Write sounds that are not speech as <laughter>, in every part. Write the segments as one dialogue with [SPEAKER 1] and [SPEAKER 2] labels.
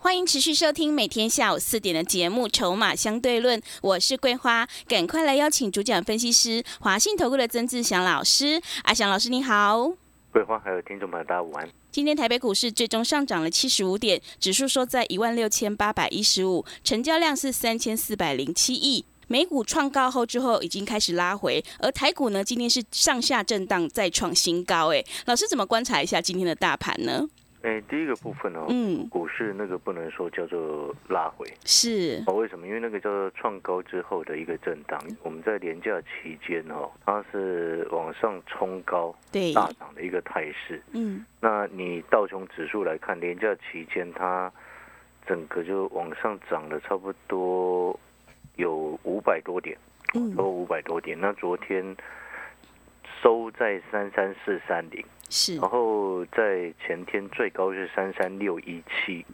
[SPEAKER 1] 欢迎持续收听每天下午四点的节目《筹码相对论》，我是桂花，赶快来邀请主讲分析师华信投顾的曾志祥老师。阿祥老师你好，
[SPEAKER 2] 桂花还有听众朋友大家午安。
[SPEAKER 1] 今天台北股市最终上涨了七十五点，指数收在一万六千八百一十五，成交量是三千四百零七亿。美股创高后之后已经开始拉回，而台股呢今天是上下震荡再创新高。哎，老师怎么观察一下今天的大盘呢？
[SPEAKER 2] 哎，第一个部分哦，
[SPEAKER 1] 嗯
[SPEAKER 2] 股市那个不能说叫做拉回
[SPEAKER 1] 是，
[SPEAKER 2] 哦，为什么？因为那个叫做创高之后的一个震荡。我们在连假期间哦，它是往上冲高
[SPEAKER 1] 对，
[SPEAKER 2] 大涨的一个态势。
[SPEAKER 1] 嗯，
[SPEAKER 2] 那你道琼指数来看，连假期间它整个就往上涨了差不多有五百多点，
[SPEAKER 1] 嗯
[SPEAKER 2] 差不多哦五百多点。那昨天收在三三四三零。
[SPEAKER 1] 是
[SPEAKER 2] 然，后在前天最高是三三六一七，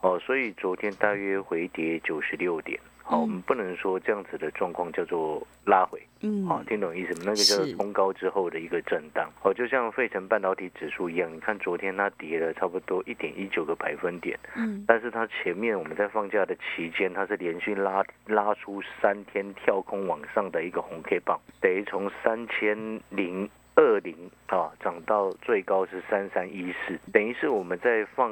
[SPEAKER 2] 哦，所以昨天大约回跌九十六点。好，
[SPEAKER 1] 嗯
[SPEAKER 2] 我们不能说这样子的状况叫做拉回，
[SPEAKER 1] 嗯，
[SPEAKER 2] 好，听懂意思吗？那个叫做
[SPEAKER 1] 是
[SPEAKER 2] 冲高之后的一个震荡，哦，就像费城半导体指数一样，你看昨天它跌了差不多一点一九个百分点， <laughs>
[SPEAKER 1] 嗯，
[SPEAKER 2] 但是它前面我们在放假的期间，它是连续拉拉出三天跳空往上的一个红 K 棒，等于从三千零二零啊涨到最高是三三一四，等于是我们在放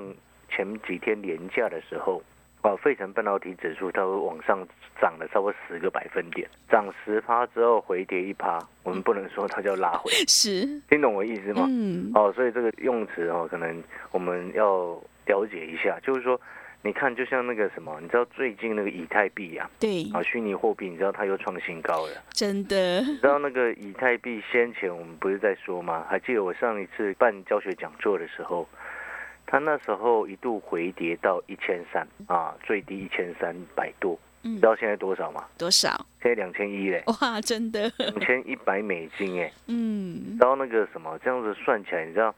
[SPEAKER 2] 前几天连假的时候。啊，费城半导体指数它会往上涨了超过十个百分点，涨十趴之后回跌一趴，我们不能说它叫拉回，
[SPEAKER 1] 是，
[SPEAKER 2] 听懂我意思吗？
[SPEAKER 1] 嗯，
[SPEAKER 2] 哦，所以这个用词哦，可能我们要了解一下，就是说，你看，就像那个什么，你知道最近那个以太币啊，
[SPEAKER 1] 对，
[SPEAKER 2] 啊，虚拟货币，你知道它又创新高了。
[SPEAKER 1] 真的，
[SPEAKER 2] 你知道那个以太币先前我们不是在说吗？还记得我上一次办教学讲座的时候，它那时候一度回跌到一千三啊，最低一千三百多，你
[SPEAKER 1] 嗯
[SPEAKER 2] 知，道现在多少吗？
[SPEAKER 1] 多少？ <laughs>
[SPEAKER 2] 现在两千一嘞，
[SPEAKER 1] 哇，真的，
[SPEAKER 2] 两千一百美金哎、
[SPEAKER 1] 嗯，
[SPEAKER 2] 然后那个什么，这样子算起来，你知道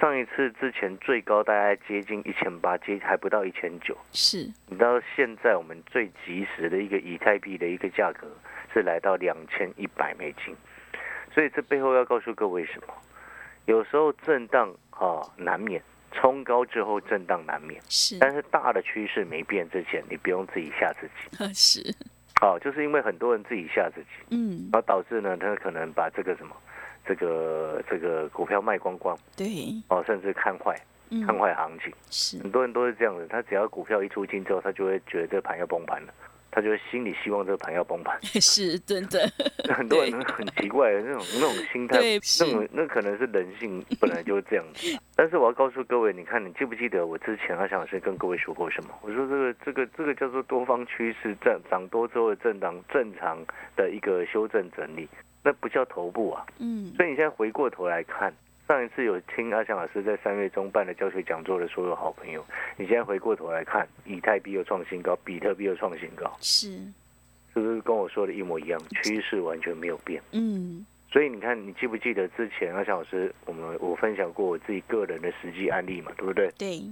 [SPEAKER 2] 上一次之前最高大概接近一千八，接还不到一千九。
[SPEAKER 1] 是，
[SPEAKER 2] 你知道现在我们最及时的一个以太币的一个价格是来到两千一百美金，所以这背后要告诉各位什么？有时候震荡啊、难免，冲高之后震荡难免，
[SPEAKER 1] 是，
[SPEAKER 2] 但是大的趋势没变之前，你不用自己吓自己。
[SPEAKER 1] <laughs> 是，
[SPEAKER 2] 哦，就是因为很多人自己吓自己，
[SPEAKER 1] 嗯
[SPEAKER 2] 然，后导致呢，他可能把这个什么，这个这个股票卖光光
[SPEAKER 1] 对，
[SPEAKER 2] 哦，甚至看坏
[SPEAKER 1] 嗯，
[SPEAKER 2] 看坏行情。
[SPEAKER 1] 是， <laughs>
[SPEAKER 2] 很多人都是这样子，他只要股票一出清之后，他就会觉得这盘要崩盘了，他就会心里希望这盘要崩盘。 <laughs>
[SPEAKER 1] 是真的，
[SPEAKER 2] 很多人很奇怪的那种那种心态，
[SPEAKER 1] 对
[SPEAKER 2] 那种那可能是人性本来就是这样子啊。但是我要告诉各位，你看你记不记得我之前阿翔老师跟各位说过什么？我说这个这个这个叫做多方趋势涨涨多之后的正常正常的一个修正整理，那不叫头部啊。
[SPEAKER 1] 嗯，
[SPEAKER 2] 所以你现在回过头来看，上一次有听阿翔老师在三月中办的教学讲座的所有好朋友，你现在回过头来看，以太币又创新高，比特币又创新高，
[SPEAKER 1] 是，
[SPEAKER 2] 是不是跟我说的一模一样？趋势完全没有变。
[SPEAKER 1] 嗯，
[SPEAKER 2] 所以你看，你记不记得之前阿翔老师，我们我分享过我自己个人的实际案例嘛，对不对？
[SPEAKER 1] 对，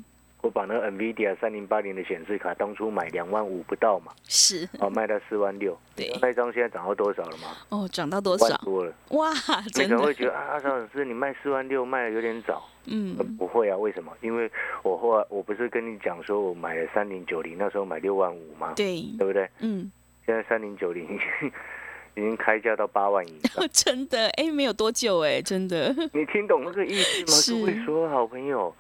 [SPEAKER 2] 我把那个 NVIDIA 三零八零的显示卡当初买两万五不到嘛，
[SPEAKER 1] 是，
[SPEAKER 2] 哦，卖到四万六，
[SPEAKER 1] 嗯对，
[SPEAKER 2] 那一张现在涨到多少了嘛？
[SPEAKER 1] 哦，涨到多
[SPEAKER 2] 万
[SPEAKER 1] 少？
[SPEAKER 2] 多了。
[SPEAKER 1] <laughs> 哇，
[SPEAKER 2] 你
[SPEAKER 1] 真
[SPEAKER 2] 可能会
[SPEAKER 1] 的，
[SPEAKER 2] 觉得啊，阿翔老师，你卖四万六卖的有点早。呃
[SPEAKER 1] 嗯，
[SPEAKER 2] 不会啊，为什么？因为我后来我不是跟你讲说我买了三零九零，那时候买六万五吗？
[SPEAKER 1] 对，
[SPEAKER 2] 对不对？ <laughs>
[SPEAKER 1] 嗯，
[SPEAKER 2] 现在三零九零已经已经开价到八万以上，
[SPEAKER 1] <laughs> 真的，哎，没有多久，哎，真的，
[SPEAKER 2] <laughs> 你听懂那个意思
[SPEAKER 1] 是
[SPEAKER 2] 吗？各位所有好朋友，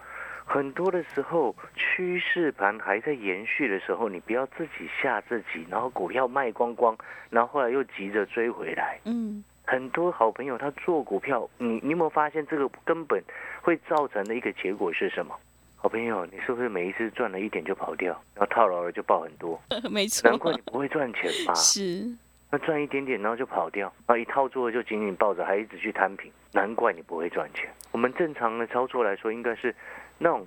[SPEAKER 2] 很多的时候趋势盘还在延续的时候，你不要自己吓自己，然后股票卖光光，然后后来又急着追回来。
[SPEAKER 1] 嗯， <laughs>
[SPEAKER 2] 很多好朋友他做股票，你你有没有发现这个根本会造成的一个结果是什么？好朋友，你是不是每一次赚了一点就跑掉，然后套牢了就爆很多？
[SPEAKER 1] 没错，
[SPEAKER 2] 难，怪你不会赚钱嘛
[SPEAKER 1] 是，
[SPEAKER 2] 那赚一点点然后就跑掉，然后一套做就紧紧抱着，还一直去摊平，难怪你不会赚钱。我们正常的操作来说，应该是那种。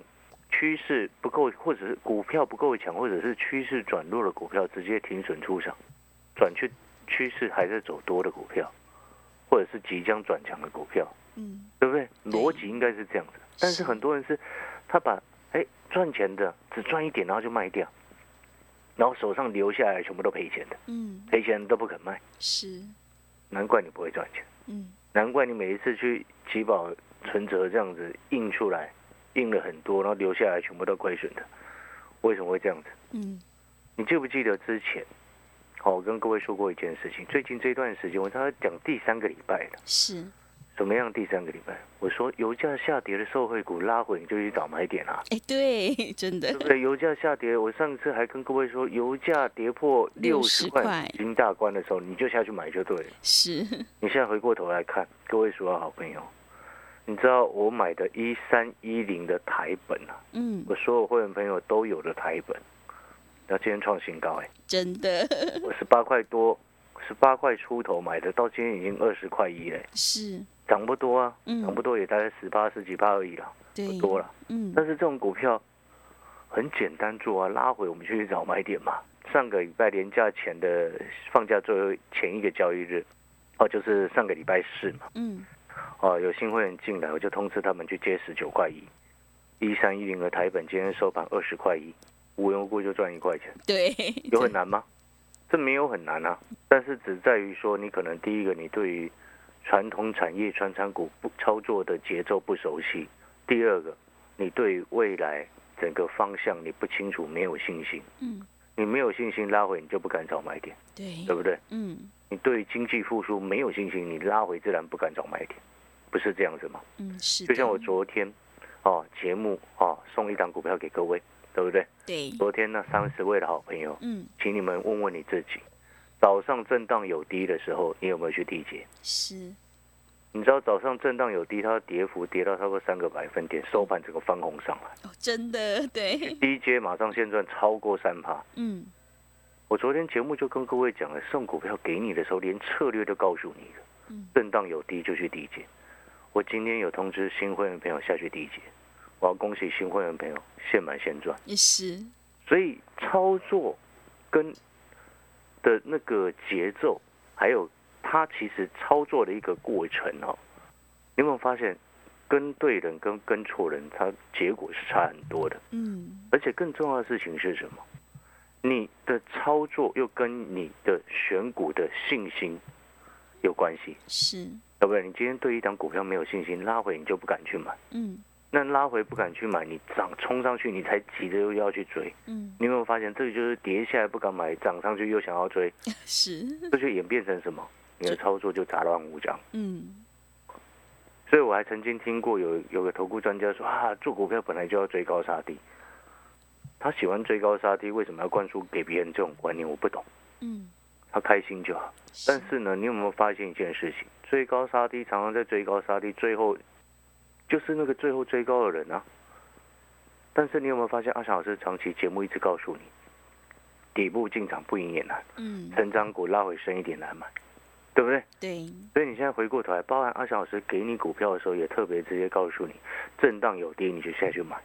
[SPEAKER 2] 趋势不够，或者是股票不够强，或者是趋势转弱的股票，直接停损出场，转去趋势还在走多的股票，或者是即将转强的股票，
[SPEAKER 1] 嗯，
[SPEAKER 2] 对不对？
[SPEAKER 1] 对
[SPEAKER 2] 逻辑应该是这样子，但是很多人是，他把哎赚钱的只赚一点，然后就卖掉，然后手上留下来全部都赔钱的，
[SPEAKER 1] 嗯，
[SPEAKER 2] 赔钱的都不肯卖，
[SPEAKER 1] 是，
[SPEAKER 2] 难怪你不会赚钱。
[SPEAKER 1] 嗯，
[SPEAKER 2] 难怪你每一次去集保存折这样子印出来，印了很多，然后留下来全部都亏损的，为什么会这样子？
[SPEAKER 1] 嗯，
[SPEAKER 2] 你记不记得之前？好，我跟各位说过一件事情，最近这段时间，我大概讲第三个礼拜了，
[SPEAKER 1] 是，
[SPEAKER 2] 怎么样？第三个礼拜，我说油价下跌的受惠股拉回，你就去找买点啊，
[SPEAKER 1] 哎，对，真的
[SPEAKER 2] 对，不对？油价下跌，我上次还跟各位说，油价跌破六十
[SPEAKER 1] 60块
[SPEAKER 2] 块金大关的时候，你就下去买就对了。
[SPEAKER 1] <laughs> 是，
[SPEAKER 2] 你现在回过头来看，各位所有好朋友，你知道我买的一三一零的台本啊，
[SPEAKER 1] 嗯，
[SPEAKER 2] 我所有会员朋友都有的台本，那今天创新高哎、
[SPEAKER 1] 真的
[SPEAKER 2] 我十八块多，十八块出头买的，到今天已经二十块一嘞，
[SPEAKER 1] 是，
[SPEAKER 2] 涨不多啊，
[SPEAKER 1] 嗯
[SPEAKER 2] 涨不多也大概十八十几趴而已啦，
[SPEAKER 1] 对，
[SPEAKER 2] 不多了。
[SPEAKER 1] 嗯，
[SPEAKER 2] 但是这种股票很简单做啊，拉回我们就去找买点嘛。上个礼拜连假前的放假最后前一个交易日，哦，就是上个礼拜四嘛。
[SPEAKER 1] 嗯，
[SPEAKER 2] 哦，有新会员进来，我就通知他们去接十九块一，一三一零的台本今天收盘二十块一，无缘无故就赚一块钱，
[SPEAKER 1] 对，
[SPEAKER 2] 有很难吗？这没有很难啊，但是只在于说你可能第一个你对于传统产业穿山股不操作的节奏不熟悉，第二个你对未来整个方向你不清楚，没有信心，
[SPEAKER 1] 嗯，
[SPEAKER 2] 你没有信心拉回你就不敢找买点，
[SPEAKER 1] 对
[SPEAKER 2] 对，不对？
[SPEAKER 1] 嗯
[SPEAKER 2] 你对经济复苏没有信心，你拉回自然不敢找买点，不是这样子吗？
[SPEAKER 1] 嗯，是的，
[SPEAKER 2] 就像我昨天哦节目哦送一档股票给各位，对不对？
[SPEAKER 1] 对，
[SPEAKER 2] 昨天那三十位的好朋友，
[SPEAKER 1] 嗯，
[SPEAKER 2] 请你们问问你自己，早上震荡有低的时候，你有没有去低接？
[SPEAKER 1] 是，
[SPEAKER 2] 你知道早上震荡有低，它的跌幅跌到超过三个百分点，收盘整个翻红上来，
[SPEAKER 1] 哦，真的，对，
[SPEAKER 2] 低接马上现赚超过三趴。
[SPEAKER 1] 嗯，
[SPEAKER 2] 我昨天节目就跟各位讲了，送股票给你的时候，连策略都告诉你了
[SPEAKER 1] 嗯。
[SPEAKER 2] 震荡有低就去低接。我今天有通知新会员朋友下去低接，我要恭喜新会员朋友现买现赚。
[SPEAKER 1] 也是，
[SPEAKER 2] 所以操作跟的那个节奏，还有他其实操作的一个过程哦，你有没有发现跟对人跟跟错人，它结果是差很多的。
[SPEAKER 1] 嗯，
[SPEAKER 2] 而且更重要的事情是什么？你的操作又跟你的选股的信心有关系，
[SPEAKER 1] 是，
[SPEAKER 2] 要不然你今天对一档股票没有信心，拉回你就不敢去买。
[SPEAKER 1] 嗯
[SPEAKER 2] 那拉回不敢去买，你涨冲上去，你才急着又要去追。
[SPEAKER 1] 嗯， <laughs>
[SPEAKER 2] 你有没有发现，这个就是跌下来不敢买，涨上去又想要追，
[SPEAKER 1] 是，
[SPEAKER 2] 这就演变成什么？你的操作就杂乱无章。
[SPEAKER 1] 嗯，
[SPEAKER 2] 所以我还曾经听过有有个投顾专家说啊，做股票本来就要追高杀低，他喜欢追高杀低，为什么要灌输给别人这种观念？我不懂，
[SPEAKER 1] 嗯，
[SPEAKER 2] 他开心就好。但是呢，你有没有发现一件事情？追高杀低，常常在追高杀低，最后就是那个最后追高的人啊。但是你有没有发现，阿翔老师长期节目一直告诉你，底部进场不赢也难，
[SPEAKER 1] 嗯，
[SPEAKER 2] 成长股拉回深一点难买，对不对？
[SPEAKER 1] 对，
[SPEAKER 2] 所以你现在回过头来，包含阿翔老师给你股票的时候，也特别直接告诉你，震荡有跌你就下去买。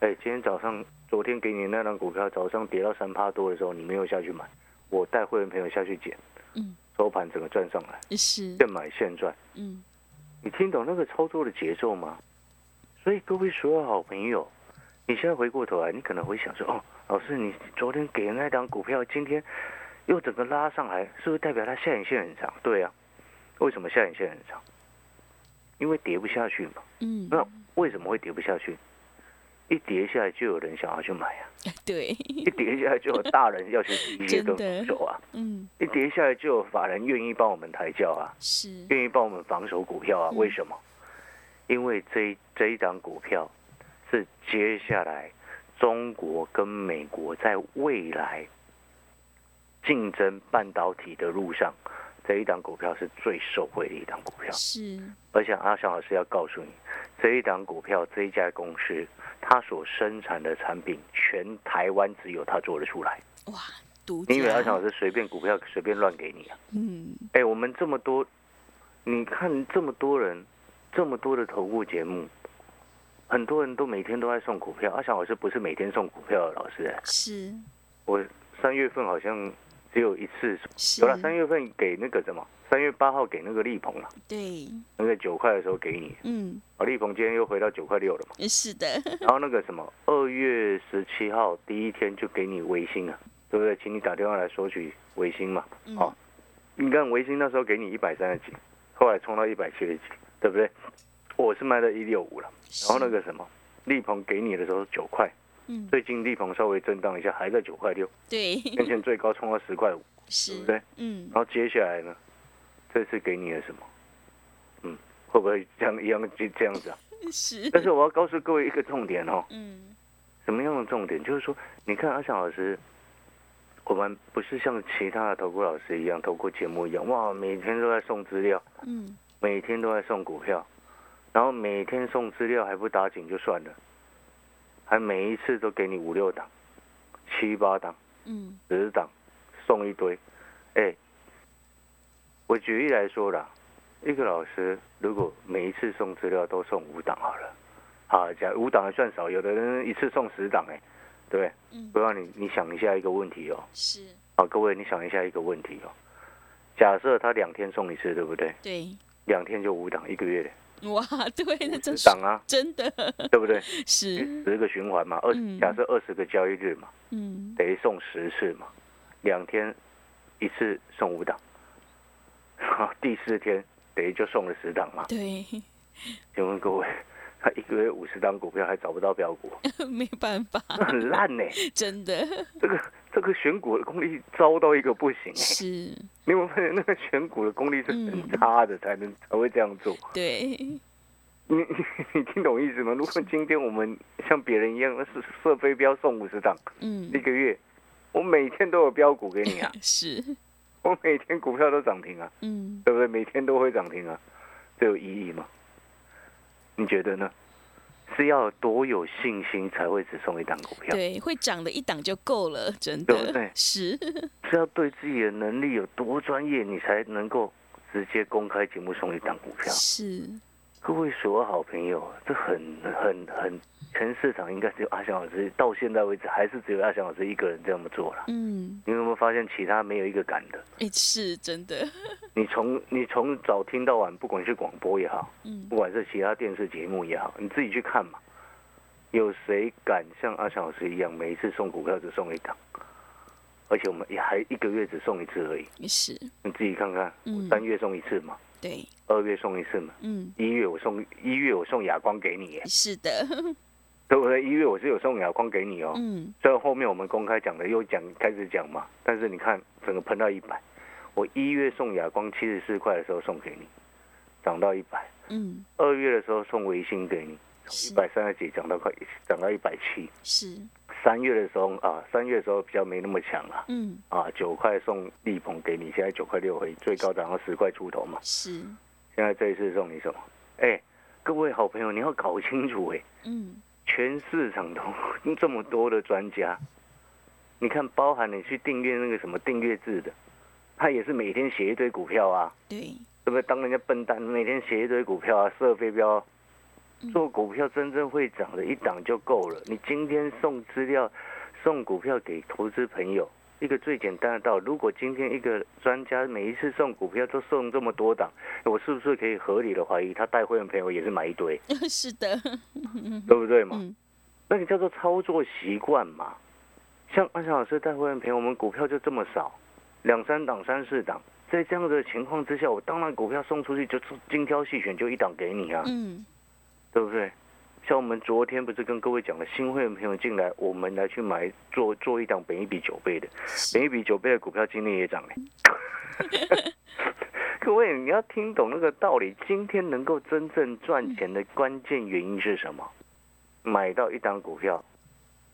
[SPEAKER 2] 哎，今天早上，昨天给你那档股票，早上跌到三趴多的时候，你没有下去买，我带会员朋友下去捡，
[SPEAKER 1] 嗯，
[SPEAKER 2] 收盘整个赚上来，
[SPEAKER 1] 是，
[SPEAKER 2] 现买现赚。
[SPEAKER 1] 嗯
[SPEAKER 2] 你听懂那个操作的节奏吗？所以各位所有好朋友，你现在回过头来，你可能会想说，哦，老师，你昨天给的那档股票，今天又整个拉上来，是不是代表它下影线很长？对啊，为什么下影线很长？因为跌不下去嘛。
[SPEAKER 1] 嗯，
[SPEAKER 2] 那为什么会跌不下去？一跌下来就有人想要去买啊，
[SPEAKER 1] <laughs> 对，
[SPEAKER 2] 一跌下来就有大人要去低接
[SPEAKER 1] <laughs> 真
[SPEAKER 2] 跟
[SPEAKER 1] 的
[SPEAKER 2] 防守啊，
[SPEAKER 1] 嗯，
[SPEAKER 2] 一跌下来就有法人愿意帮我们抬轿啊。
[SPEAKER 1] 是，
[SPEAKER 2] 愿意帮我们防守股票啊？
[SPEAKER 1] 嗯
[SPEAKER 2] 为什么？因为这一这一档股票是接下来中国跟美国在未来竞争半导体的路上，这一档股票是最受惠的一档股票。
[SPEAKER 1] 是，
[SPEAKER 2] 而且阿翔老师要告诉你，这一档股票这一家公司，它所生产的产品，全台湾只有它做得出来。
[SPEAKER 1] 哇，独家
[SPEAKER 2] 你以为阿翔老师随便股票随便乱给你啊？
[SPEAKER 1] 嗯，
[SPEAKER 2] 哎，我们这么多，你看这么多人，这么多的投顾节目，很多人都每天都在送股票。阿翔老师不是每天送股票的老师、哎
[SPEAKER 1] 是
[SPEAKER 2] 我三月份好像只有一次，
[SPEAKER 1] 是
[SPEAKER 2] 有，了三月份给那个什么，三月八号给那个立鹏了，
[SPEAKER 1] 对，
[SPEAKER 2] 那个九块的时候给你，
[SPEAKER 1] 嗯，
[SPEAKER 2] 啊，立鹏今天又回到九块六了
[SPEAKER 1] <laughs>
[SPEAKER 2] 嘛。
[SPEAKER 1] 是的，
[SPEAKER 2] 然后那个什么，二月十七号第一天就给你微星啊，对不对？请你打电话来索取微星嘛。
[SPEAKER 1] 嗯
[SPEAKER 2] 好、你看微星那时候给你一百三十几，后来冲到一百七十几，对不对？我是卖到一六五了。然后那个什么，立鹏给你的时候九块，
[SPEAKER 1] 嗯，
[SPEAKER 2] 最近立鹏稍微震荡一下，还在九块六，
[SPEAKER 1] 对，
[SPEAKER 2] 先前最高冲到十块五，对
[SPEAKER 1] 嗯是
[SPEAKER 2] 不，对？哦
[SPEAKER 1] 嗯
[SPEAKER 2] 然，后接下来呢，这次给你了什么？嗯，会不会这样一样就这样子啊？
[SPEAKER 1] 是，
[SPEAKER 2] 但是我要告诉各位一个重点哦，
[SPEAKER 1] 嗯，
[SPEAKER 2] 什么样的重点？就是说，你看阿翔老师，我们不是像其他的投顾老师一样，投顾节目一样，哇，每天都在送资料，
[SPEAKER 1] 嗯，
[SPEAKER 2] 每天都在送股票，然后每天送资料还不打紧就算了，还每一次都给你五六档、七八档、
[SPEAKER 1] 嗯，
[SPEAKER 2] 十档，送一堆。哎，我举例来说啦，一个老师如果每一次送资料都送五档好了，好，假如五档还算少，有的人一次送十档，哎，对不对？
[SPEAKER 1] 嗯
[SPEAKER 2] 不，要你你想一下一个问题哦，
[SPEAKER 1] 是，
[SPEAKER 2] 好，各位你想一下一个问题哦，假设他两天送一次，对不对？
[SPEAKER 1] 对，
[SPEAKER 2] 两天就五档，一个月
[SPEAKER 1] 哇，对， <laughs> 那
[SPEAKER 2] 五
[SPEAKER 1] 真
[SPEAKER 2] 十
[SPEAKER 1] 是
[SPEAKER 2] 档啊，
[SPEAKER 1] 真的
[SPEAKER 2] 对不对？ <laughs>
[SPEAKER 1] 是，
[SPEAKER 2] 十个循环嘛，二十
[SPEAKER 1] 嗯
[SPEAKER 2] 假设二十个交易日嘛，
[SPEAKER 1] 嗯，
[SPEAKER 2] 等于送十次嘛，两天一次送五档，第四天等于就送了十档嘛。
[SPEAKER 1] 对， <laughs>
[SPEAKER 2] 请问各位，他一个月五十档股票还找不到标股，
[SPEAKER 1] 没办法， <laughs>
[SPEAKER 2] 很烂呢、
[SPEAKER 1] 真的
[SPEAKER 2] 这个这个选股的功力糟到一个不行哎、
[SPEAKER 1] 是，
[SPEAKER 2] 你有没有发现那个选股的功力是
[SPEAKER 1] 嗯
[SPEAKER 2] 很差的，才能才会这样做。
[SPEAKER 1] 对，
[SPEAKER 2] 你 <laughs> 你你听懂意思吗？如果今天我们像别人一样是射飞镖送五十档
[SPEAKER 1] 嗯
[SPEAKER 2] 一，个月，我每天都有标股给
[SPEAKER 1] <laughs>
[SPEAKER 2] 你啊，
[SPEAKER 1] 是，
[SPEAKER 2] 我每天股票都涨停啊。
[SPEAKER 1] 嗯，
[SPEAKER 2] 对不对？每天都会涨停啊，这有意义吗？你觉得呢？是要多有信心才会只送一档股票，
[SPEAKER 1] 对，会涨的一档就够了，真
[SPEAKER 2] 啊对不
[SPEAKER 1] 的
[SPEAKER 2] 对
[SPEAKER 1] 是，
[SPEAKER 2] 是要对自己的能力有多专业，你才能够直接公开节目送一档股票。
[SPEAKER 1] 是，
[SPEAKER 2] 各位所有好朋友，啊这很很很，全市场应该只有阿翔老师，到现在为止还是只有阿翔老师一个人这么做了。
[SPEAKER 1] 嗯，
[SPEAKER 2] 你有没有发现其他没有一个敢的？
[SPEAKER 1] 诶，是真的，
[SPEAKER 2] 你从你从早听到晚，不管是广播也好，
[SPEAKER 1] 嗯
[SPEAKER 2] 不，管是其他电视节目也好，你自己去看嘛。有谁敢像阿强老师一样，每一次送股票只送一档，而且我们也还一个月只送一次而已？
[SPEAKER 1] 是，
[SPEAKER 2] 你自己看看，
[SPEAKER 1] 嗯
[SPEAKER 2] 三月送一次嘛，
[SPEAKER 1] 对，
[SPEAKER 2] 二月送一次嘛，
[SPEAKER 1] 嗯，
[SPEAKER 2] 一月我送一月我送哑光给你耶，
[SPEAKER 1] 是的，
[SPEAKER 2] 对不对？一月我是有送哑光给你哦。
[SPEAKER 1] 嗯，
[SPEAKER 2] 虽然后面我们公开讲的又讲开始讲嘛，但是你看整个喷到一百，我一月送哑光七十四块的时候送给你，涨到一百。
[SPEAKER 1] 嗯，
[SPEAKER 2] 二月的时候送微信给你，
[SPEAKER 1] 是
[SPEAKER 2] 一百三十几涨到快涨到一百七。
[SPEAKER 1] 是，
[SPEAKER 2] 三月的时候啊，三月的时候比较没那么强啊，
[SPEAKER 1] 嗯，
[SPEAKER 2] 啊九块送立鹏给你，现在九块六回，最高涨到十块出头嘛。
[SPEAKER 1] 是，
[SPEAKER 2] 现在这一次送你什么？哎，各位好朋友，你要搞清楚哎、
[SPEAKER 1] 嗯，
[SPEAKER 2] 全市场都 <laughs> 这么多的专家，你看，包含你去订阅那个什么订阅制的，他也是每天写一堆股票啊，
[SPEAKER 1] 对，
[SPEAKER 2] 对
[SPEAKER 1] <laughs>
[SPEAKER 2] 不对？当人家笨蛋，每天写一堆股票啊，射飞镖啊
[SPEAKER 1] 嗯，
[SPEAKER 2] 做股票真正会涨的一档就够了。你今天送资料、送股票给投资朋友，一个最简单的道理。如果今天一个专家每一次送股票都送这么多档，我是不是可以合理的怀疑他带会员朋友也是买一堆，
[SPEAKER 1] 是的，
[SPEAKER 2] 对不对嘛？
[SPEAKER 1] 嗯，
[SPEAKER 2] 那个叫做操作习惯嘛。像安翔老师带会员陪我们股票就这么少，两三档、三四档，在这样的情况之下，我当然股票送出去就精挑细选，就一档给你啊，
[SPEAKER 1] 嗯，
[SPEAKER 2] 对不对？像我们昨天不是跟各位讲了，新会员朋友进来，我们来去买做做一档本一比九倍的，
[SPEAKER 1] 是
[SPEAKER 2] 本一比九倍的股票今天也涨了。 <laughs> 各位，你要听懂那个道理，今天能够真正赚钱的关键原因是什么？买到一档股票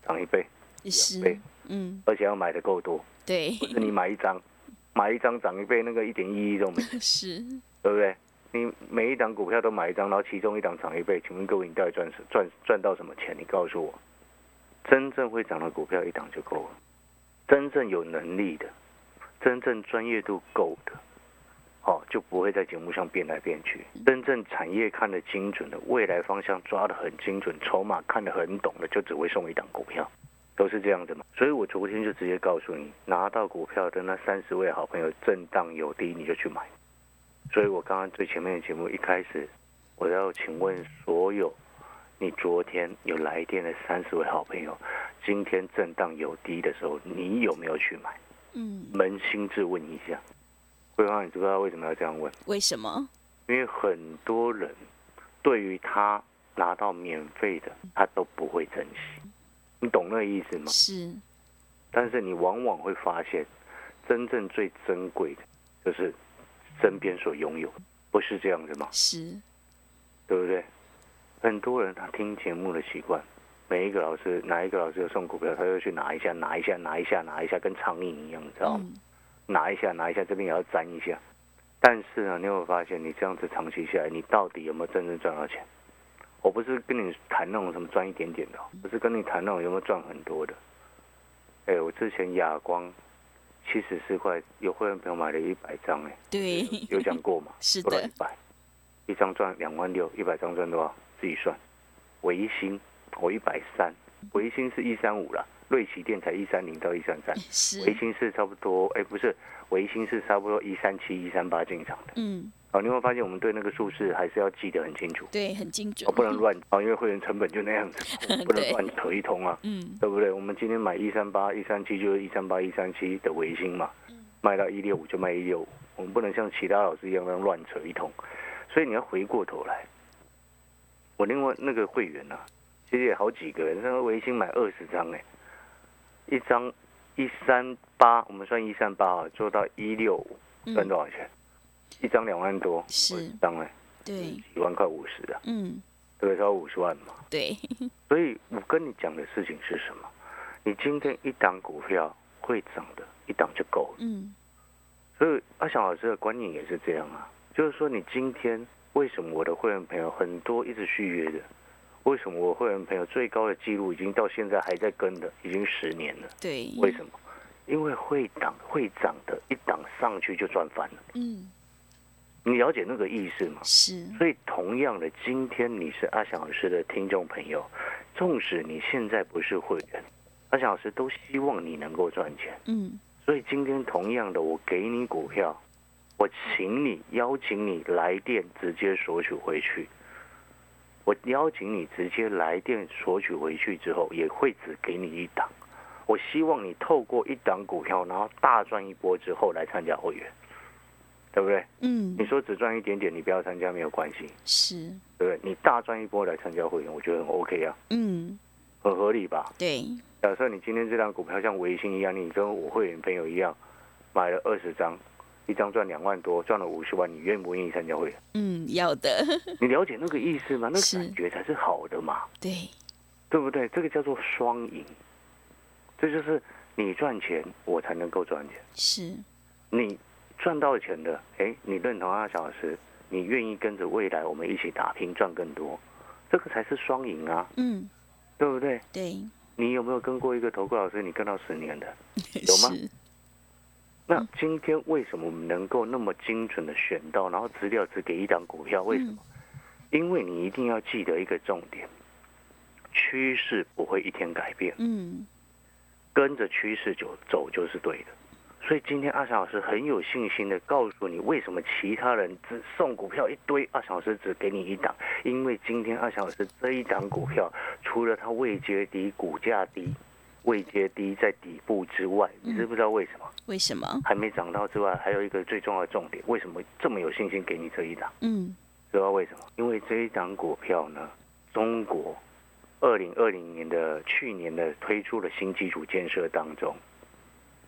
[SPEAKER 2] 涨一倍，
[SPEAKER 1] 是
[SPEAKER 2] 倍，
[SPEAKER 1] 嗯，
[SPEAKER 2] 而且要买的够多，
[SPEAKER 1] 对，
[SPEAKER 2] 不是你买一张，买一张涨一倍，那个一点意义都没有，
[SPEAKER 1] 是，
[SPEAKER 2] 对不对？你每一档股票都买一张，然后其中一档涨一倍，请问各位，你到底赚赚赚到什么钱？你告诉我，真正会涨的股票一档就够了，真正有能力的，真正专业度够的，好、哦就不会在节目上变来变去。真正产业看得精准的，未来方向抓得很精准，筹码看得很懂的，就只会送一档股票，都是这样子嘛。所以我昨天就直接告诉你，拿到股票的那三十位好朋友，震荡有低你就去买。所以我刚刚最前面的节目一开始，我要请问所有你昨天有来电的三十位好朋友，今天震荡有低的时候，你有没有去买？
[SPEAKER 1] 嗯，
[SPEAKER 2] 扪心自问一下，桂芳，你知不知道为什么要这样问？
[SPEAKER 1] 为什么？
[SPEAKER 2] 因为很多人对于他拿到免费的，他都不会珍惜，你懂那个意思吗？
[SPEAKER 1] 是，
[SPEAKER 2] 但是你往往会发现，真正最珍贵的，就是身边所拥有，不是这样子吗？
[SPEAKER 1] 是，
[SPEAKER 2] 对不对？很多人他听节目的习惯，每一个老师哪一个老师有送股票，他就去拿一下，拿一下，拿一下，拿一下，跟苍蝇一样，你知道吗？
[SPEAKER 1] 嗯，
[SPEAKER 2] 拿一下，拿一下，这边也要沾一下。但是呢，你有没有发现，你这样子长期下来，你到底有没有真正赚到钱？我不是跟你谈那种什么赚一点点的哦，不是跟你谈那种有没有赚很多的。哎，我之前亚光七十四块，有会员朋友买了一百张，哎，
[SPEAKER 1] 对，
[SPEAKER 2] 有讲过嘛？
[SPEAKER 1] <laughs> 是
[SPEAKER 2] 做到
[SPEAKER 1] 的
[SPEAKER 2] 一，百，一张赚两万六，一百张赚多少？自己算。维新，我一百三，维新是一三五啦，瑞奇电才一三零到一三三，维
[SPEAKER 1] 是，
[SPEAKER 2] 新是差不多，哎、不是，维新是差不多一三七、一三八进场的。
[SPEAKER 1] 嗯，
[SPEAKER 2] 哦，你会发现我们对那个数字还是要记得很清楚，
[SPEAKER 1] 对，很精准
[SPEAKER 2] 哦，，不能乱哦，因为会员成本就那样子，
[SPEAKER 1] <laughs>
[SPEAKER 2] 我们不能
[SPEAKER 1] 对
[SPEAKER 2] 乱扯一通啊，
[SPEAKER 1] 嗯，
[SPEAKER 2] 对不对？我们今天买一三八、一三七就是一三八、一三七的维新嘛，
[SPEAKER 1] 嗯
[SPEAKER 2] 卖到一六五就卖一六五，我们不能像其他老师一样那样乱扯一通，所以你要回过头来。我另外那个会员啊，其实也好几个人，那个维新买二十张哎，一张一三八，我们算一三八啊，做到一六五，赚
[SPEAKER 1] 嗯，
[SPEAKER 2] 多少钱？一张两万多，
[SPEAKER 1] 是
[SPEAKER 2] 20张哎，
[SPEAKER 1] 对，
[SPEAKER 2] 一万块五十啊，
[SPEAKER 1] 嗯，
[SPEAKER 2] 对不对？超五十万嘛。
[SPEAKER 1] 对，
[SPEAKER 2] 所以我跟你讲的事情是什么？你今天一档股票会涨的，一档就够了。
[SPEAKER 1] 嗯，
[SPEAKER 2] 所以阿翔老师的观念也是这样啊，就是说你今天为什么我的会员朋友很多一直续约的？为什么我会员朋友最高的记录已经到现在还在跟的，已经十年了？
[SPEAKER 1] 对，
[SPEAKER 2] 为什么？因为会涨会涨的，一档上去就赚翻了。
[SPEAKER 1] 嗯，
[SPEAKER 2] 你了解那个意思吗？
[SPEAKER 1] 是，
[SPEAKER 2] 所以，同样的，今天你是阿翔老师的听众朋友，纵使你现在不是会员，阿翔老师都希望你能够赚钱。
[SPEAKER 1] 嗯，
[SPEAKER 2] 所以，今天同样的，我给你股票，我请你邀请你来电直接索取回去。我邀请你直接来电索取回去之后，也会只给你一档。我希望你透过一档股票，然后大赚一波之后来参加会员，对不对？
[SPEAKER 1] 嗯
[SPEAKER 2] 你，说只赚一点点，你不要参加没有关系。
[SPEAKER 1] 是，
[SPEAKER 2] 对不对？你大赚一波来参加会员，我觉得很 OK 啊，
[SPEAKER 1] 嗯，
[SPEAKER 2] 很合理吧？
[SPEAKER 1] 对，
[SPEAKER 2] 假设你今天这张股票像维新一样，你跟我会员朋友一样买了二十张，一张赚两万多，赚了五十万，你愿不愿意参加会员？
[SPEAKER 1] 嗯，要的， <laughs>
[SPEAKER 2] 你了解那个意思吗？那
[SPEAKER 1] 是
[SPEAKER 2] 个感觉才是好的嘛，
[SPEAKER 1] 对，
[SPEAKER 2] 对不对？这个叫做双赢，这就是你赚钱，我才能够赚钱。
[SPEAKER 1] 是，
[SPEAKER 2] 你赚到钱的，哎，你认同阿小老师，你愿意跟着未来我们一起打拼赚更多，这个才是双赢啊，
[SPEAKER 1] 嗯，
[SPEAKER 2] 对不对？
[SPEAKER 1] 对，
[SPEAKER 2] 你有没有跟过一个投顾老师？你跟到十年的？有吗
[SPEAKER 1] 是，
[SPEAKER 2] 那今天为什么我们能够那么精准的选到，然后资料只给一档股票？
[SPEAKER 1] 嗯
[SPEAKER 2] 为什么？因为你一定要记得一个重点，趋势不会一天改变，
[SPEAKER 1] 嗯，
[SPEAKER 2] 跟着趋势就走就是对的。所以今天阿翔老师很有信心的告诉你，为什么其他人只送股票一堆，阿翔老师只给你一档，因为今天阿翔老师这一档股票，除了它位阶低、股价低、位阶低在底部之外，你知不知道为什么？
[SPEAKER 1] 为什么？
[SPEAKER 2] 还没涨到之外，还有一个最重要的重点，为什么这么有信心给你这一档？
[SPEAKER 1] 嗯，
[SPEAKER 2] 知道为什么？因为这一档股票呢，中国二零二零年的去年的推出了新基础建设当中，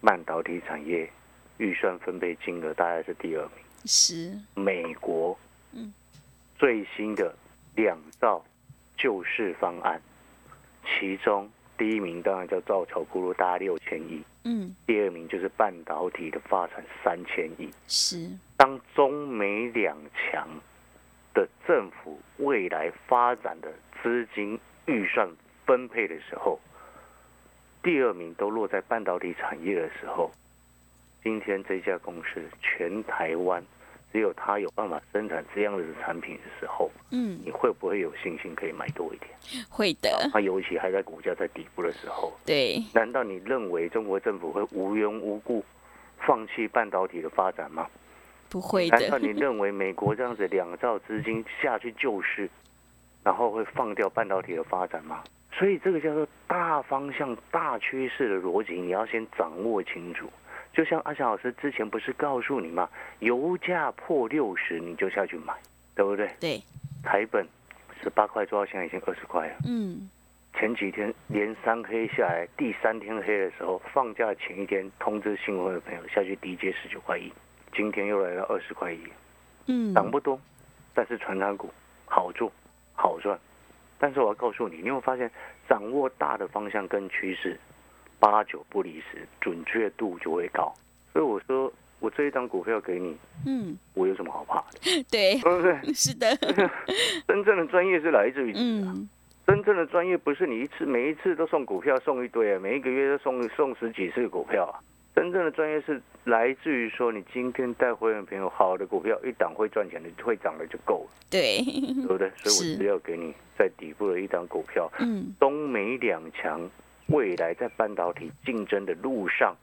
[SPEAKER 2] 半导体产业预算分配金额大概是第二名。
[SPEAKER 1] 是，
[SPEAKER 2] 美国，
[SPEAKER 1] 嗯，
[SPEAKER 2] 最新的两兆救市方案，其中第一名当然叫造桥铺路，大概六千亿；
[SPEAKER 1] 嗯，
[SPEAKER 2] 第二名就是半导体的发展三千亿。
[SPEAKER 1] 是，
[SPEAKER 2] 当中美两强的政府未来发展的资金预算分配的时候，第二名都落在半导体产业的时候，今天这家公司全台湾只有它有办法生产这样子的产品的时候，
[SPEAKER 1] 嗯，
[SPEAKER 2] 你会不会有信心可以买多一点？
[SPEAKER 1] 会的，
[SPEAKER 2] 它尤其还在股价在底部的时候，
[SPEAKER 1] 对，
[SPEAKER 2] 难道你认为中国政府会无缘无故放弃半导体的发展吗？
[SPEAKER 1] 不会
[SPEAKER 2] 难道
[SPEAKER 1] 的，
[SPEAKER 2] 你认为美国这样子两兆资金下去救市，然后会放掉半导体的发展吗？所以这个叫做大方向、大趋势的逻辑，你要先掌握清楚。就像阿翔老师之前不是告诉你吗？油价破六十你就下去买，对不对？
[SPEAKER 1] 对，
[SPEAKER 2] 台本十八块做到现在已经二十块了。
[SPEAKER 1] 嗯，
[SPEAKER 2] 前几天连三黑下来，第三天黑的时候，放假前一天通知新闻的朋友下去低接十九块一，今天又来到二十块一，
[SPEAKER 1] 嗯，
[SPEAKER 2] 涨不多，但是传产股好做好赚。但是我要告诉你，你会发现掌握大的方向跟趋势，八九不离十，准确度就会高。所以我说，我这一张股票给你，
[SPEAKER 1] 嗯，
[SPEAKER 2] 我有什么好怕
[SPEAKER 1] <laughs>
[SPEAKER 2] 的？对
[SPEAKER 1] 对，
[SPEAKER 2] 不对？
[SPEAKER 1] 是的，
[SPEAKER 2] 真正的专业是来自于啊
[SPEAKER 1] 嗯，
[SPEAKER 2] 真正的专业不是你一次每一次都送股票送一堆啊，每一个月都送送十几次股票啊。真正的专业是来自于说你今天带会员朋友好的股票一档会赚钱的会涨的就够了，
[SPEAKER 1] 对，
[SPEAKER 2] 对不对？所以
[SPEAKER 1] 是
[SPEAKER 2] 我只要给你在底部的一档股票，
[SPEAKER 1] 嗯，
[SPEAKER 2] 中美两强未来在半导体竞争的路上，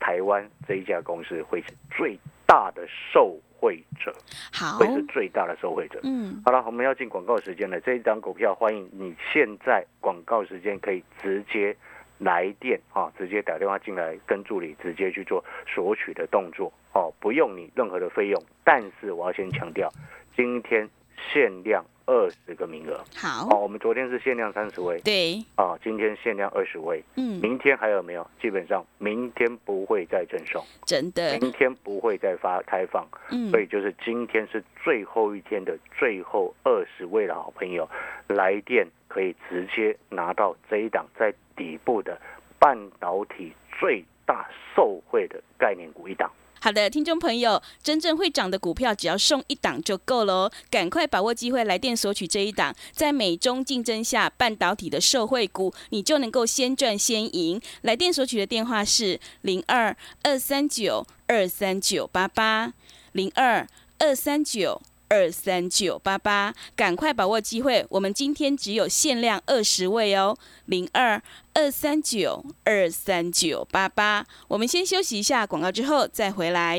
[SPEAKER 2] 台湾这一家公司会是最大的受惠者，
[SPEAKER 1] 好
[SPEAKER 2] 会，
[SPEAKER 1] 哦
[SPEAKER 2] 是最大的受惠者。
[SPEAKER 1] 嗯，
[SPEAKER 2] 好了，我们要进广告时间了。这一张股票，欢迎你现在广告时间可以直接来电啊，直接打电话进来跟助理直接去做索取的动作哦，不用你任何的费用。但是我要先强调，今天限量二十个名额哦，
[SPEAKER 1] 好，
[SPEAKER 2] 我们昨天是限量三十位
[SPEAKER 1] 对，
[SPEAKER 2] 啊，今天限量二十位，
[SPEAKER 1] 嗯，
[SPEAKER 2] 明天还有没有？基本上明天不会再赠送，
[SPEAKER 1] 真的，
[SPEAKER 2] 明天不会再发开放。
[SPEAKER 1] 嗯
[SPEAKER 2] 所，以就是今天是最后一天的最后二十位的好朋友，来电可以直接拿到这一档在底部的半导体最大受惠的概念股一档。
[SPEAKER 1] 好的，听众朋友，真正会涨的股票只要送一档就够了哦，赶快把握机会来电索取这一档，在美中竞争下，半导体的受惠股你就能够先赚先赢。来电索取的电话是零二二三九二三九八八零二二三九。二三九八八，赶快把握机会！我们今天只有限量二十位哦，零二二三九二三九八八。我们先休息一下广告，之后再回来。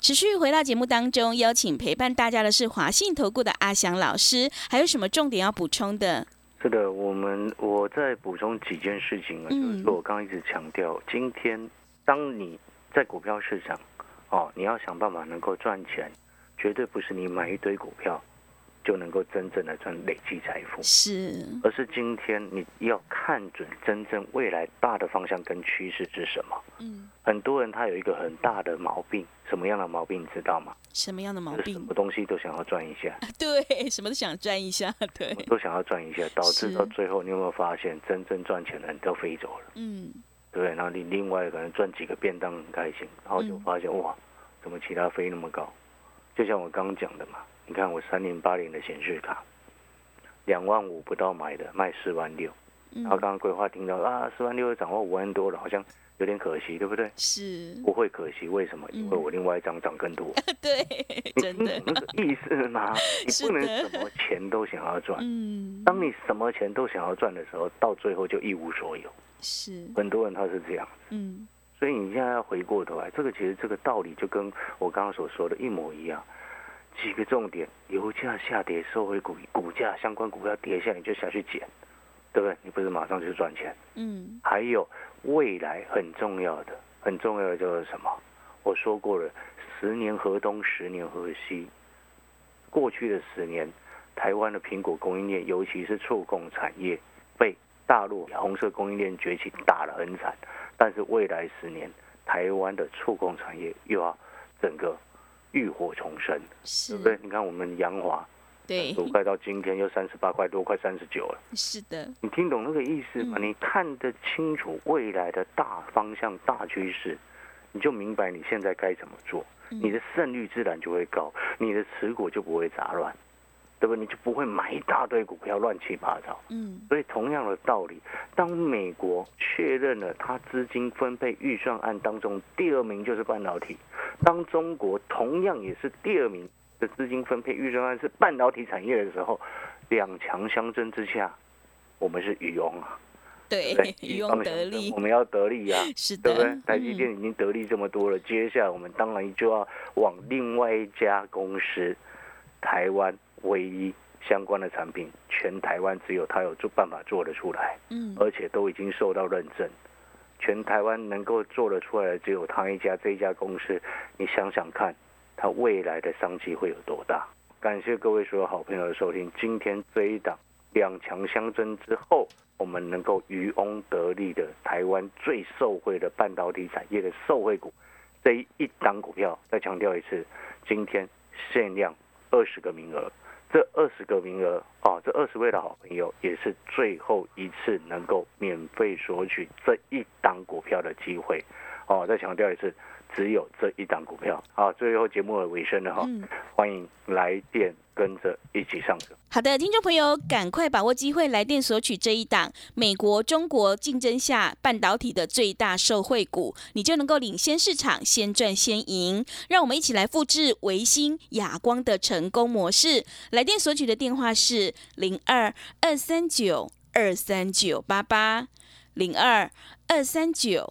[SPEAKER 1] 持续回到节目当中，邀请陪伴大家的是华信投顾的阿翔老师，还有什么重点要补充的？
[SPEAKER 2] 是的，我们我再补充几件事情啊，就
[SPEAKER 1] 嗯
[SPEAKER 2] 是说我刚刚一直强调，今天当你在股票市场，哦，你要想办法能够赚钱，绝对不是你买一堆股票就能够真正的赚累积财富。
[SPEAKER 1] 是，
[SPEAKER 2] 而是今天你要看准真正未来大的方向跟趋势是什么。
[SPEAKER 1] 嗯，
[SPEAKER 2] 很多人他有一个很大的毛病，什么样的毛病你知道吗？
[SPEAKER 1] 什么样的毛
[SPEAKER 2] 就是什
[SPEAKER 1] 病
[SPEAKER 2] 么？东西都想要赚一下，
[SPEAKER 1] <laughs> 对，什么都想赚一下， <laughs> 对，
[SPEAKER 2] 都想要赚一下，导致
[SPEAKER 1] 是
[SPEAKER 2] 到最后你有没有发现，真正赚钱的人都飞走了，
[SPEAKER 1] 嗯，
[SPEAKER 2] 对不对？然后你另外可能赚几个便当很开心，然后就
[SPEAKER 1] 嗯
[SPEAKER 2] 发现、哇，怎么其他飞那么高？就像我刚刚讲的嘛，你看我三零八零的显示卡，两万五不到买的，卖四万六。然
[SPEAKER 1] 嗯
[SPEAKER 2] 后刚刚规划听到啊，四万六又涨到五万多了，好像有点可惜，对不对？
[SPEAKER 1] 是， <laughs>
[SPEAKER 2] 不会可惜，为什么？因为我另外一张涨更多，
[SPEAKER 1] 对，嗯真
[SPEAKER 2] 你
[SPEAKER 1] 的
[SPEAKER 2] 懂，那个意思吗？你
[SPEAKER 1] <laughs> 是
[SPEAKER 2] 不能
[SPEAKER 1] 的
[SPEAKER 2] 什么钱都想要赚。
[SPEAKER 1] 嗯，
[SPEAKER 2] 当你什么钱都想要赚的时候，到最后就一无所有。
[SPEAKER 1] 是，
[SPEAKER 2] 很多人他是这样，
[SPEAKER 1] 嗯，
[SPEAKER 2] 所以你现在要回过头来，这个其实这个道理就跟我刚刚所说的一模一样。几个重点：油价下跌，收回股股价相关股票跌下，你就下去捡，对不对？你不是马上就赚钱？
[SPEAKER 1] 嗯，
[SPEAKER 2] 还有未来很重要的，很重要的就是什么？我说过了，十年河东，十年河西。过去的十年，台湾的苹果供应链，尤其是触控产业，被大陆红色供应链崛起打得很惨。但是未来十年，台湾的触控产业又要整个浴火重生，对
[SPEAKER 1] 是
[SPEAKER 2] 不，对？你看我们阳华
[SPEAKER 1] 对，
[SPEAKER 2] 五块到今天又三十八块多，快三十九了。
[SPEAKER 1] <laughs> 是的，
[SPEAKER 2] 你听懂那个意思吗？
[SPEAKER 1] 嗯
[SPEAKER 2] 你看得清楚未来的大方向、大趋势，你就明白你现在该怎么做，
[SPEAKER 1] 嗯
[SPEAKER 2] 你的胜率自然就会高，你的持股就不会杂乱，对不对？你就不会买一大堆股票乱七八糟。
[SPEAKER 1] 嗯，
[SPEAKER 2] 所以同样的道理，当美国确认了它资金分配预算案当中第二名就是半导体，当中国同样也是第二名的资金分配预算案是半导体产业的时候，两强相争之下，我们是渔翁啊，对
[SPEAKER 1] <laughs>
[SPEAKER 2] 不
[SPEAKER 1] 对
[SPEAKER 2] 对，
[SPEAKER 1] <laughs> 渔翁得
[SPEAKER 2] 相
[SPEAKER 1] 利
[SPEAKER 2] 争我，们要得利呀、
[SPEAKER 1] 是的
[SPEAKER 2] 对不对？，台积
[SPEAKER 1] 嗯
[SPEAKER 2] 电已经得利这么多了，接下来我们当然就要往另外一家公司，台湾唯一相关的产品，全台湾只有它有做办法做得出来，
[SPEAKER 1] 嗯，
[SPEAKER 2] 而且都已经受到认证。全台湾能够做得出来的只有它一家，这一家公司，你想想看，它未来的商机会有多大？感谢各位所有好朋友的收听，今天这一档两强相争之后，我们能够渔翁得利的台湾最受惠的半导体产业的受惠股，这一档股票，再强调一次，今天限量二十个名额。这二十个名额哦，这二十位的好朋友也是最后一次能够免费索取这一档股票的机会哦。再强调一次，只有这一档股票啊、最后节目的尾声了哈、
[SPEAKER 1] 嗯
[SPEAKER 2] 欢迎来电跟着一起上车。
[SPEAKER 1] 好的，听众朋友，赶快把握机会来电索取这一档美国、中国竞争下半导体的最大受惠股，你就能够领先市场，先赚先赢。让我们一起来复制维新、亚光的成功模式。来电索取的电话是零二二三九二三九八八零二二三九。